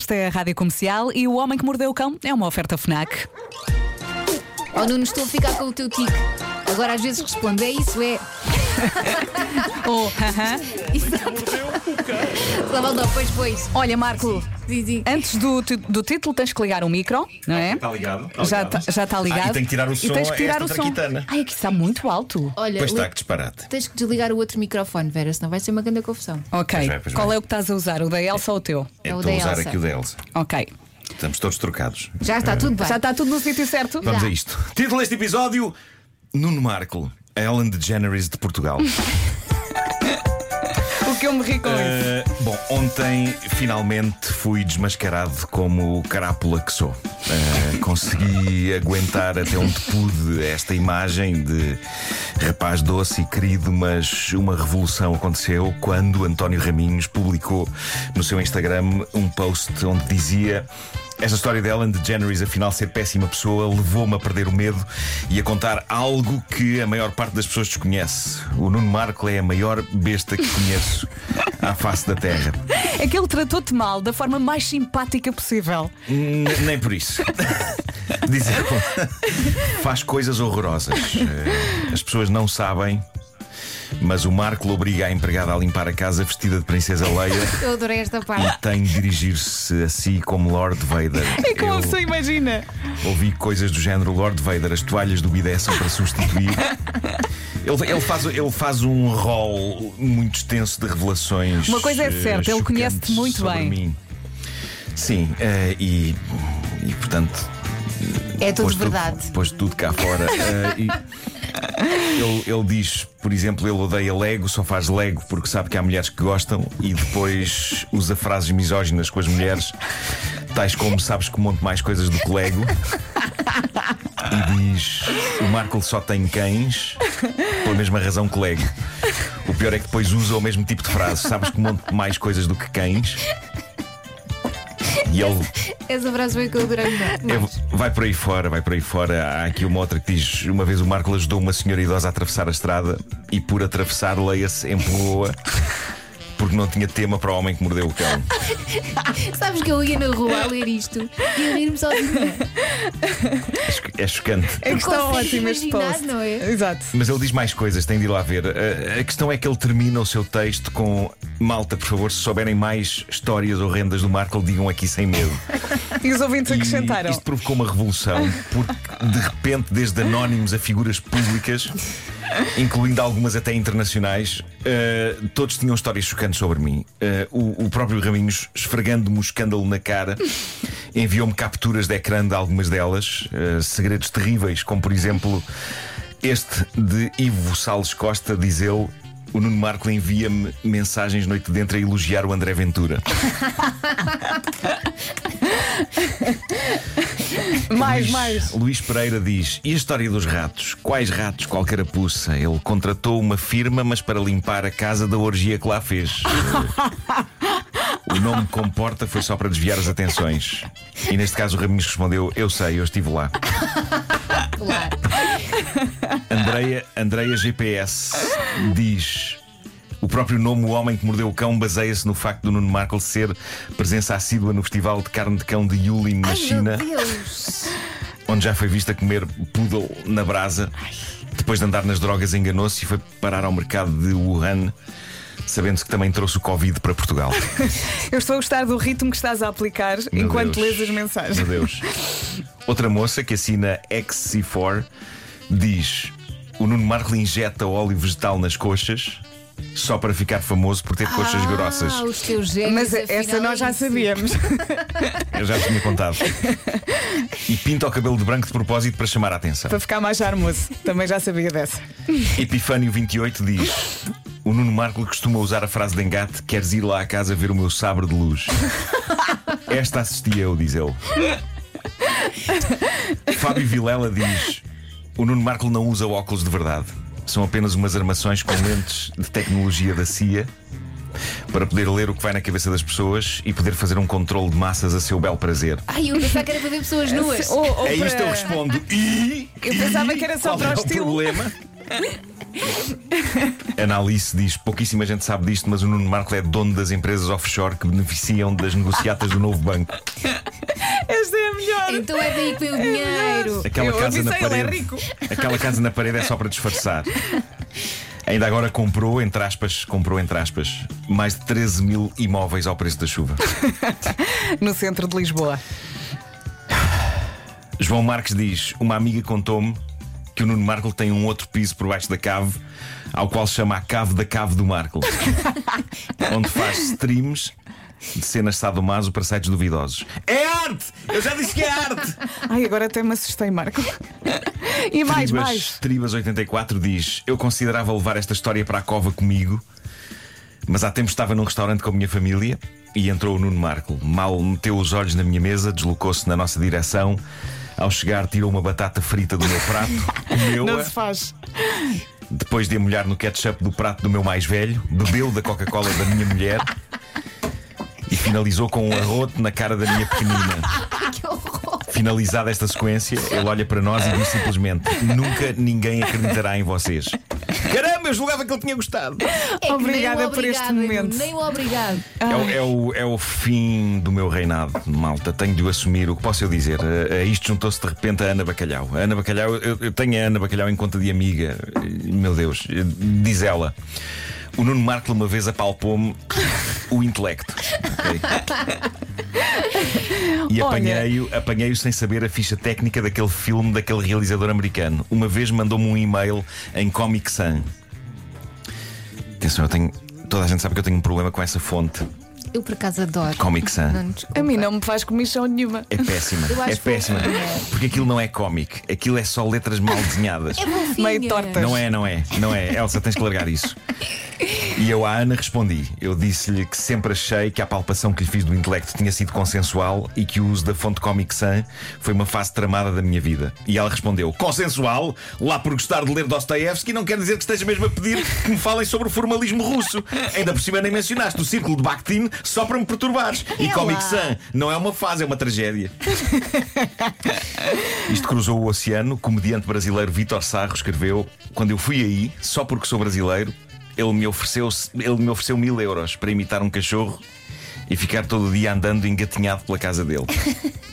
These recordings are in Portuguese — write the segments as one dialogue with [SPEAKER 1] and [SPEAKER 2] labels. [SPEAKER 1] Esta é a Rádio Comercial e O Homem que Mordeu o Cão é uma oferta FNAC.
[SPEAKER 2] Oh Nuno, estou a ficar com o teu tique. Agora às vezes respondo, é isso, é. Oh,
[SPEAKER 1] Ou, Oh, aham.
[SPEAKER 2] Lavaldó, pois, pois.
[SPEAKER 1] Olha, Marco,
[SPEAKER 2] Sim, sim.
[SPEAKER 1] antes do, ti- do título tens que ligar o micro, não é?
[SPEAKER 3] Está Tá, ligado?
[SPEAKER 1] Já está já tá ligado.
[SPEAKER 3] Ah, e tem que tirar o
[SPEAKER 1] E
[SPEAKER 3] som
[SPEAKER 1] tens
[SPEAKER 3] a
[SPEAKER 1] que tirar
[SPEAKER 3] esta
[SPEAKER 1] o som.
[SPEAKER 3] traquitana.
[SPEAKER 1] Ai, aqui está muito alto.
[SPEAKER 2] Olha,
[SPEAKER 3] Pois tá. está,
[SPEAKER 2] Lu-
[SPEAKER 3] que disparate.
[SPEAKER 2] tens que desligar o outro microfone, Vera, senão vai ser uma grande confusão.
[SPEAKER 1] Ok.
[SPEAKER 3] Pois bem, pois
[SPEAKER 1] Qual
[SPEAKER 3] bem.
[SPEAKER 1] é o que estás a usar? O da Elsa ou o teu?
[SPEAKER 2] É o
[SPEAKER 3] estou a
[SPEAKER 2] da
[SPEAKER 3] Então usar
[SPEAKER 2] Elsa.
[SPEAKER 3] aqui o da Elsa.
[SPEAKER 1] Ok.
[SPEAKER 3] Estamos todos trocados.
[SPEAKER 2] Já tá. está tudo bem.
[SPEAKER 1] Já está tudo no sítio certo?
[SPEAKER 3] Vamos
[SPEAKER 2] Já.
[SPEAKER 3] a isto. Título deste episódio: Nuno Marco, a Ellen DeGeneres de Portugal.
[SPEAKER 1] O que eu me ri com isso.
[SPEAKER 3] Eh, bom, ontem finalmente fui desmascarado como o carápula que sou. Eh, consegui aguentar até onde pude esta imagem de rapaz doce e querido, mas uma revolução aconteceu quando António Raminhos publicou no seu Instagram um post onde dizia. Esta história de Ellen DeGeneres, afinal ser péssima pessoa, levou-me a perder o medo e a contar algo que a maior parte das pessoas desconhece. O Nuno Marco é a maior besta que conheço à face da Terra.
[SPEAKER 1] É que ele tratou-te mal da forma mais simpática possível.
[SPEAKER 3] N- nem por isso. Diz ele. Faz coisas horrorosas. Eh, As pessoas não sabem, mas o Marco obriga a empregada a limpar a casa vestida de princesa Leia
[SPEAKER 2] Eu adorei esta parte.
[SPEAKER 3] e tem de dirigir-se a si como Lord Vader.
[SPEAKER 1] É como a
[SPEAKER 3] Eu-
[SPEAKER 1] pessoa imagina.
[SPEAKER 3] Ouvi coisas do género Lord Vader, as toalhas do bidé são para substituir. Ele, ele faz, ele faz um rol muito extenso de revelações.
[SPEAKER 1] Uma coisa é
[SPEAKER 3] eh,
[SPEAKER 1] certa, ele conhece-te
[SPEAKER 3] chocantes
[SPEAKER 1] muito
[SPEAKER 3] sobre
[SPEAKER 1] bem.
[SPEAKER 3] Mim. Sim, eh, e, e portanto.
[SPEAKER 2] É tudo
[SPEAKER 3] pôs
[SPEAKER 2] verdade.
[SPEAKER 3] Pôs tudo cá fora. eh, e ele, ele diz, por exemplo, ele odeia Lego, só faz Lego porque sabe que há mulheres que gostam e depois usa frases misóginas com as mulheres, tais como sabes que monto mais coisas do que Lego. E diz: o Marco só tem cães pela mesma razão que Lego. O pior é que depois usa o mesmo tipo de frase: sabes que monto mais coisas do que cães. E ele
[SPEAKER 2] Essa frase foi que eu adorei. muito.
[SPEAKER 3] é, vai por aí fora, vai por aí fora. Há aqui uma outra que diz: uma vez o Marco ajudou uma senhora idosa a atravessar a estrada e, por atravessar, leia-se, empurrou-a porque não tinha tema para o homem que mordeu o cão.
[SPEAKER 2] Sabes que eu ia na rua a ler isto e eu rir-me sozinha.
[SPEAKER 3] É cho- É chocante.
[SPEAKER 1] É que está
[SPEAKER 2] Consegues
[SPEAKER 1] ótimo este
[SPEAKER 2] imaginar,
[SPEAKER 1] post.
[SPEAKER 2] não é?
[SPEAKER 1] Exato.
[SPEAKER 3] Mas ele diz mais coisas, tem de ir lá ver. A, a questão é que ele termina o seu texto com: Malta, por favor, se souberem mais histórias horrendas do Marco, digam aqui sem medo.
[SPEAKER 1] E os ouvintes
[SPEAKER 3] E
[SPEAKER 1] acrescentaram.
[SPEAKER 3] Isto provocou uma revolução, porque de repente, desde anónimos a figuras públicas, incluindo algumas até internacionais, eh, todos tinham histórias chocantes sobre mim. Eh, o, o próprio Raminhos, esfregando-me o escândalo na cara, enviou-me capturas de ecrã de algumas delas, eh, segredos terríveis, como por exemplo este de Ivo Salles Costa, diz ele. O Nuno Marco envia-me mensagens noite dentro a elogiar o André Ventura.
[SPEAKER 1] Mais,
[SPEAKER 3] Luís-
[SPEAKER 1] mais.
[SPEAKER 3] Luís Pereira diz: E a história dos ratos? Quais ratos? Qual carapuça? Ele contratou uma firma, mas para limpar a casa da orgia que lá fez. Eh, o nome Comporta foi só para desviar as atenções. E neste caso o Raminhos respondeu: Eu sei, eu estive lá.
[SPEAKER 2] Claro.
[SPEAKER 3] Andreia, Andreia GPS diz. O próprio nome O Homem que Mordeu o Cão baseia-se no facto do Nuno Markle ser presença assídua no Festival de Carne de Cão de Yulin na
[SPEAKER 2] Ai,
[SPEAKER 3] China.
[SPEAKER 2] meu Deus.
[SPEAKER 3] onde já foi vista comer poodle na brasa. Depois de andar nas drogas, enganou-se e foi parar ao mercado de Wuhan, sabendo-se que também trouxe o Covid para Portugal.
[SPEAKER 1] Eu estou a gostar do ritmo que estás a aplicar
[SPEAKER 3] Meu
[SPEAKER 1] enquanto
[SPEAKER 3] Deus.
[SPEAKER 1] lês as mensagens.
[SPEAKER 3] Meu Deus. Outra moça que assina XC4 diz: O Nuno Marco injeta óleo vegetal nas coxas só para ficar famoso por ter coxas grossas.
[SPEAKER 2] Ah, os teus gêmeos.
[SPEAKER 1] Mas
[SPEAKER 2] afinal,
[SPEAKER 1] essa nós
[SPEAKER 2] é
[SPEAKER 1] já
[SPEAKER 2] isso.
[SPEAKER 1] sabíamos.
[SPEAKER 3] Eu já tinha contado. E pinta o cabelo de branco de propósito para chamar a atenção.
[SPEAKER 1] Para ficar mais charmoso. Também já sabia dessa.
[SPEAKER 3] Epifânio 28 diz: O Nuno Marco costuma usar a frase de engate: Queres ir lá à casa ver o meu sabre de luz? Esta assisti eu, diz ele. Fábio Vilela diz: O Nuno Marco não usa óculos de verdade. São apenas umas armações com lentes de tecnologia da CIA para poder ler o que vai na cabeça das pessoas e poder fazer um controle de massas a seu belo prazer.
[SPEAKER 2] Ai, eu pensava que era para ver pessoas nuas.
[SPEAKER 1] Ou- ou
[SPEAKER 3] É isto
[SPEAKER 1] para-
[SPEAKER 3] eu respondo. E.
[SPEAKER 1] Eu pensava que era só
[SPEAKER 3] qual
[SPEAKER 1] para o
[SPEAKER 3] é
[SPEAKER 1] estilo.
[SPEAKER 3] problema? Analice diz: pouquíssima gente sabe disto, mas o Nuno Marco é dono das empresas offshore que beneficiam das negociatas do novo banco.
[SPEAKER 1] Esta é a melhor.
[SPEAKER 2] Então é daí que vem o dinheiro.
[SPEAKER 3] Aquela
[SPEAKER 1] Eu
[SPEAKER 3] casa na
[SPEAKER 1] avisei, ele é
[SPEAKER 3] parede.
[SPEAKER 1] rico.
[SPEAKER 3] Aquela casa na parede é só para disfarçar. Ainda agora comprou, entre aspas, comprou, entre aspas, mais de 13 mil imóveis ao preço da chuva.
[SPEAKER 1] No centro de Lisboa.
[SPEAKER 3] João Marques diz: Uma amiga contou-me que o Nuno Marco tem um outro piso por baixo da cave, ao qual chama a cave da cave do Marco, onde faz streams de cenas sadomaso para sites duvidosos. É arte! Eu já disse que é arte!
[SPEAKER 1] Ai, agora até me assustei, Marco. E mais,
[SPEAKER 3] Tribas,
[SPEAKER 1] mais.
[SPEAKER 3] Tribas 84 diz: Eu considerava levar esta história para a cova comigo, mas há tempo estava num restaurante com a minha família e entrou o Nuno Marco. Mal meteu os olhos na minha mesa, deslocou-se na nossa direção. Ao chegar, tirou uma batata frita do meu prato,
[SPEAKER 1] Não
[SPEAKER 3] comeu-a,
[SPEAKER 1] se faz.
[SPEAKER 3] depois de a molhar no ketchup do prato do meu mais velho, bebeu da Coca-Cola da minha mulher e finalizou com um arroto na cara da minha pequenina.
[SPEAKER 2] Que horror.
[SPEAKER 3] Finalizada esta sequência, ele olha para nós e diz simplesmente: Nunca ninguém acreditará em vocês. Caramba, eu julgava que ele tinha gostado.
[SPEAKER 2] É que nem o
[SPEAKER 1] Obrigada por este
[SPEAKER 2] obrigado, Nuno,
[SPEAKER 1] momento.
[SPEAKER 2] Nem o obrigado.
[SPEAKER 3] É o, é o- é o fim do meu reinado, malta. Tenho de o assumir. O que posso eu dizer? A, a isto juntou-se de repente a Ana Bacalhau. A Ana Bacalhau, eu, eu tenho a Ana Bacalhau em conta de amiga. Eh, Meu Deus, diz ela. O Nuno Marco uma vez apalpou-me o intelecto. ok? E
[SPEAKER 1] Olha.
[SPEAKER 3] apanhei-o apanhei sem saber a ficha técnica daquele filme daquele realizador americano. Uma vez mandou-me um e-mail em Comic Sans. Atenção, eu tenho. Toda a gente sabe que eu tenho um problema com essa fonte.
[SPEAKER 2] Eu por acaso adoro.
[SPEAKER 3] Comic Sans.
[SPEAKER 2] Nuno, desculpa.
[SPEAKER 1] A mim não me faz comissão nenhuma.
[SPEAKER 3] É péssima,
[SPEAKER 2] Eu acho
[SPEAKER 3] é péssima.
[SPEAKER 2] fofinha.
[SPEAKER 3] Porque aquilo não é cómic, aquilo é só letras mal desenhadas.
[SPEAKER 2] É fofinha.
[SPEAKER 1] Meio torta.
[SPEAKER 3] Não é, não é, não é. Elsa, tens que largar isso. E eu à Ana respondi. Eu disse-lhe que sempre achei que a palpação que lhe fiz do intelecto tinha sido consensual e que o uso da fonte Comic Sans foi uma fase tramada da minha vida. E ela respondeu: Consensual? Lá por gostar de ler Dostoevsky, não quer dizer que esteja mesmo a pedir que me falem sobre o formalismo russo. Ainda por cima nem mencionaste o círculo de Bakhtin só para me perturbares. E
[SPEAKER 2] Ela.
[SPEAKER 3] Comic Sans não é uma fase, é uma tragédia. Isto cruzou o oceano. O comediante brasileiro Vitor Sarro escreveu: Quando eu fui aí, só porque sou brasileiro, ele me ofereceu, ele me ofereceu mil euros para imitar um cachorro e ficar todo o dia andando engatinhado pela casa dele.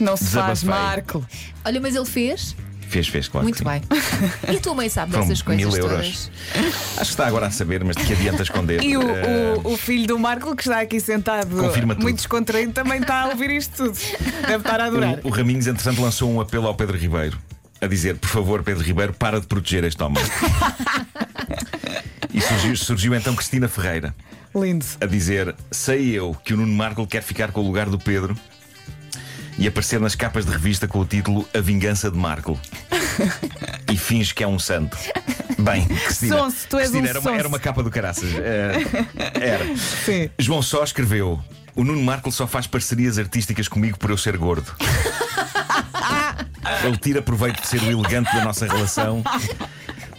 [SPEAKER 1] Não se faz,
[SPEAKER 3] Desabafei.
[SPEAKER 1] Marco.
[SPEAKER 2] Olha, mas ele fez.
[SPEAKER 3] Fez, fez, claro. que
[SPEAKER 2] Muito
[SPEAKER 3] sim.
[SPEAKER 2] bem. E a tua mãe sabe
[SPEAKER 3] Foram
[SPEAKER 2] dessas coisas
[SPEAKER 3] mil
[SPEAKER 2] todas.
[SPEAKER 3] euros. Acho que está agora a saber, mas de que adianta esconder?
[SPEAKER 1] E o,
[SPEAKER 3] Eh,
[SPEAKER 1] o- o filho do Marco, que está aqui sentado,
[SPEAKER 3] Confirma tudo.
[SPEAKER 1] muito descontraído, também está a ouvir isto tudo. Deve estar a adorar.
[SPEAKER 3] O, o Raminhos, entretanto, lançou um apelo ao Pedro Ribeiro a dizer: por favor, Pedro Ribeiro, para de proteger este homem. e surgiu, surgiu então Cristina Ferreira
[SPEAKER 1] Lindo.
[SPEAKER 3] a dizer: sei eu que o Nuno Marco quer ficar com o lugar do Pedro. E aparecer nas capas de revista com o título A Vingança de Marco. e finge que é um santo. Bem, Cristina,
[SPEAKER 1] Sonso, tu és
[SPEAKER 3] Cristina,
[SPEAKER 1] um
[SPEAKER 3] era, uma,
[SPEAKER 1] sonso.
[SPEAKER 3] era uma capa do caraças. Eh, era.
[SPEAKER 1] Sim.
[SPEAKER 3] João Só escreveu: O Nuno Marco só faz parcerias artísticas comigo por eu ser gordo. Ele tira proveito de ser o elegante da nossa relação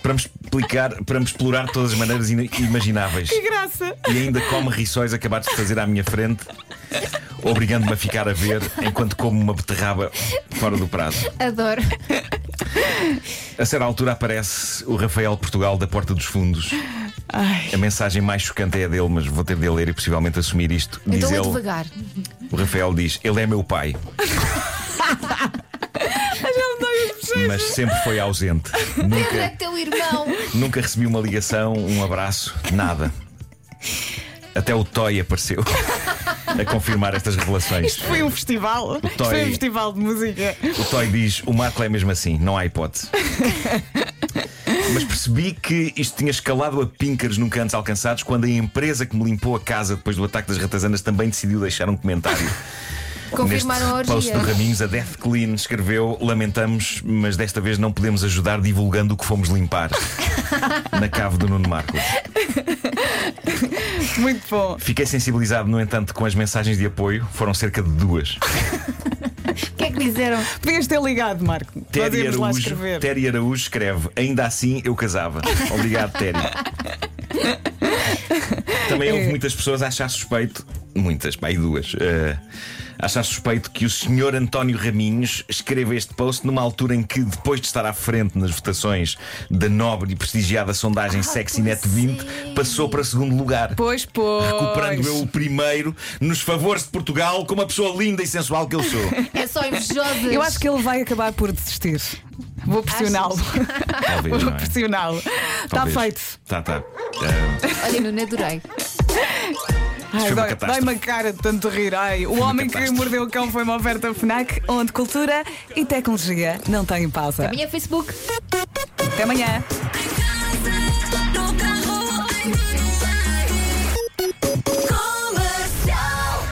[SPEAKER 3] para me explicar, para me explorar de todas as maneiras ina- imagináveis.
[SPEAKER 1] Que graça.
[SPEAKER 3] E ainda come rissóis acabados de fazer à minha frente, obrigando-me a ficar a ver enquanto como uma beterraba fora do prazo.
[SPEAKER 2] Adoro.
[SPEAKER 3] A certa altura aparece o Rafael Portugal da Porta dos Fundos.
[SPEAKER 1] Ai.
[SPEAKER 3] A mensagem mais chocante é a dele, mas vou ter de a ler e possivelmente assumir isto. Diz
[SPEAKER 2] então é
[SPEAKER 3] ele.
[SPEAKER 2] devagar.
[SPEAKER 3] O Rafael diz: Ele é meu pai,
[SPEAKER 1] Já me dói os bochechos.
[SPEAKER 3] mas sempre foi ausente.
[SPEAKER 2] Pedro é
[SPEAKER 3] Nunca,
[SPEAKER 2] teu irmão.
[SPEAKER 3] nunca recebi uma ligação, um abraço, nada. Até o Toy apareceu a confirmar estas revelações.
[SPEAKER 1] Isto foi um festival. Isto foi um
[SPEAKER 3] Toy.
[SPEAKER 1] festival de música.
[SPEAKER 3] O Toy diz: O Marco é mesmo assim, não há hipótese. Mas percebi que isto tinha escalado a píncaros nunca antes alcançados quando a empresa que me limpou a casa depois do ataque das ratazanas também decidiu deixar um comentário.
[SPEAKER 2] Confirmaram a
[SPEAKER 3] Neste post
[SPEAKER 2] orgia.
[SPEAKER 3] do Raminhos, a Death Clean escreveu: Lamentamos, mas desta vez não podemos ajudar divulgando o que fomos limpar. Na cave do Nuno Marco.
[SPEAKER 1] Muito bom.
[SPEAKER 3] Fiquei sensibilizado, no entanto, com as mensagens de apoio, foram cerca de duas.
[SPEAKER 2] O que é que dizeram?
[SPEAKER 1] Podias ter ligado, Marco. Nós
[SPEAKER 3] Terry
[SPEAKER 1] íamos lá
[SPEAKER 3] Araújo,
[SPEAKER 1] escrever.
[SPEAKER 3] Terry Araújo escreve: Ainda assim eu casava.
[SPEAKER 1] É.
[SPEAKER 3] Obrigado, Terry. Também houve muitas pessoas a achar suspeito muitas, pá, e duas. Eh, achar suspeito que o senhor António Raminhos escreva este post numa altura em que, depois de estar à frente nas votações da nobre e prestigiada
[SPEAKER 1] Ah,
[SPEAKER 3] sondagem SexyNet 20, passou para segundo lugar.
[SPEAKER 1] Pois, pois.
[SPEAKER 3] Recuperando eu o primeiro nos favores de Portugal como a pessoa linda e sensual que eu sou.
[SPEAKER 2] É só invejosas.
[SPEAKER 1] Eu acho que ele vai acabar por desistir. Vou pressioná-lo.
[SPEAKER 3] Talvez,
[SPEAKER 1] Vou
[SPEAKER 3] não é?
[SPEAKER 1] pressioná-lo. Está
[SPEAKER 3] Talvez.
[SPEAKER 1] feito.
[SPEAKER 3] Tá, tá. Eh,
[SPEAKER 2] Olha, Nuno, adorei.
[SPEAKER 1] Ai,
[SPEAKER 3] foi uma
[SPEAKER 1] dói-
[SPEAKER 3] catástrofe.
[SPEAKER 1] Dói-me a cara de tanto rir. Ai, o Homem que
[SPEAKER 3] catástrofe.
[SPEAKER 1] Mordeu o Cão foi uma oferta FNAC, onde cultura
[SPEAKER 2] é
[SPEAKER 1] e tecnologia não têm pausa.
[SPEAKER 2] Minha Facebook.
[SPEAKER 1] Até amanhã.
[SPEAKER 4] Em casa,